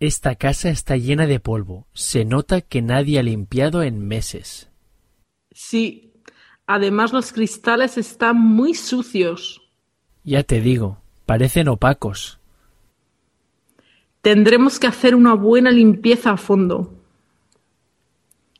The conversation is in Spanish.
Esta casa está llena de polvo. Se nota que nadie ha limpiado en meses. Sí. Además los cristales están muy sucios. Ya te digo, parecen opacos. Tendremos que hacer una buena limpieza a fondo.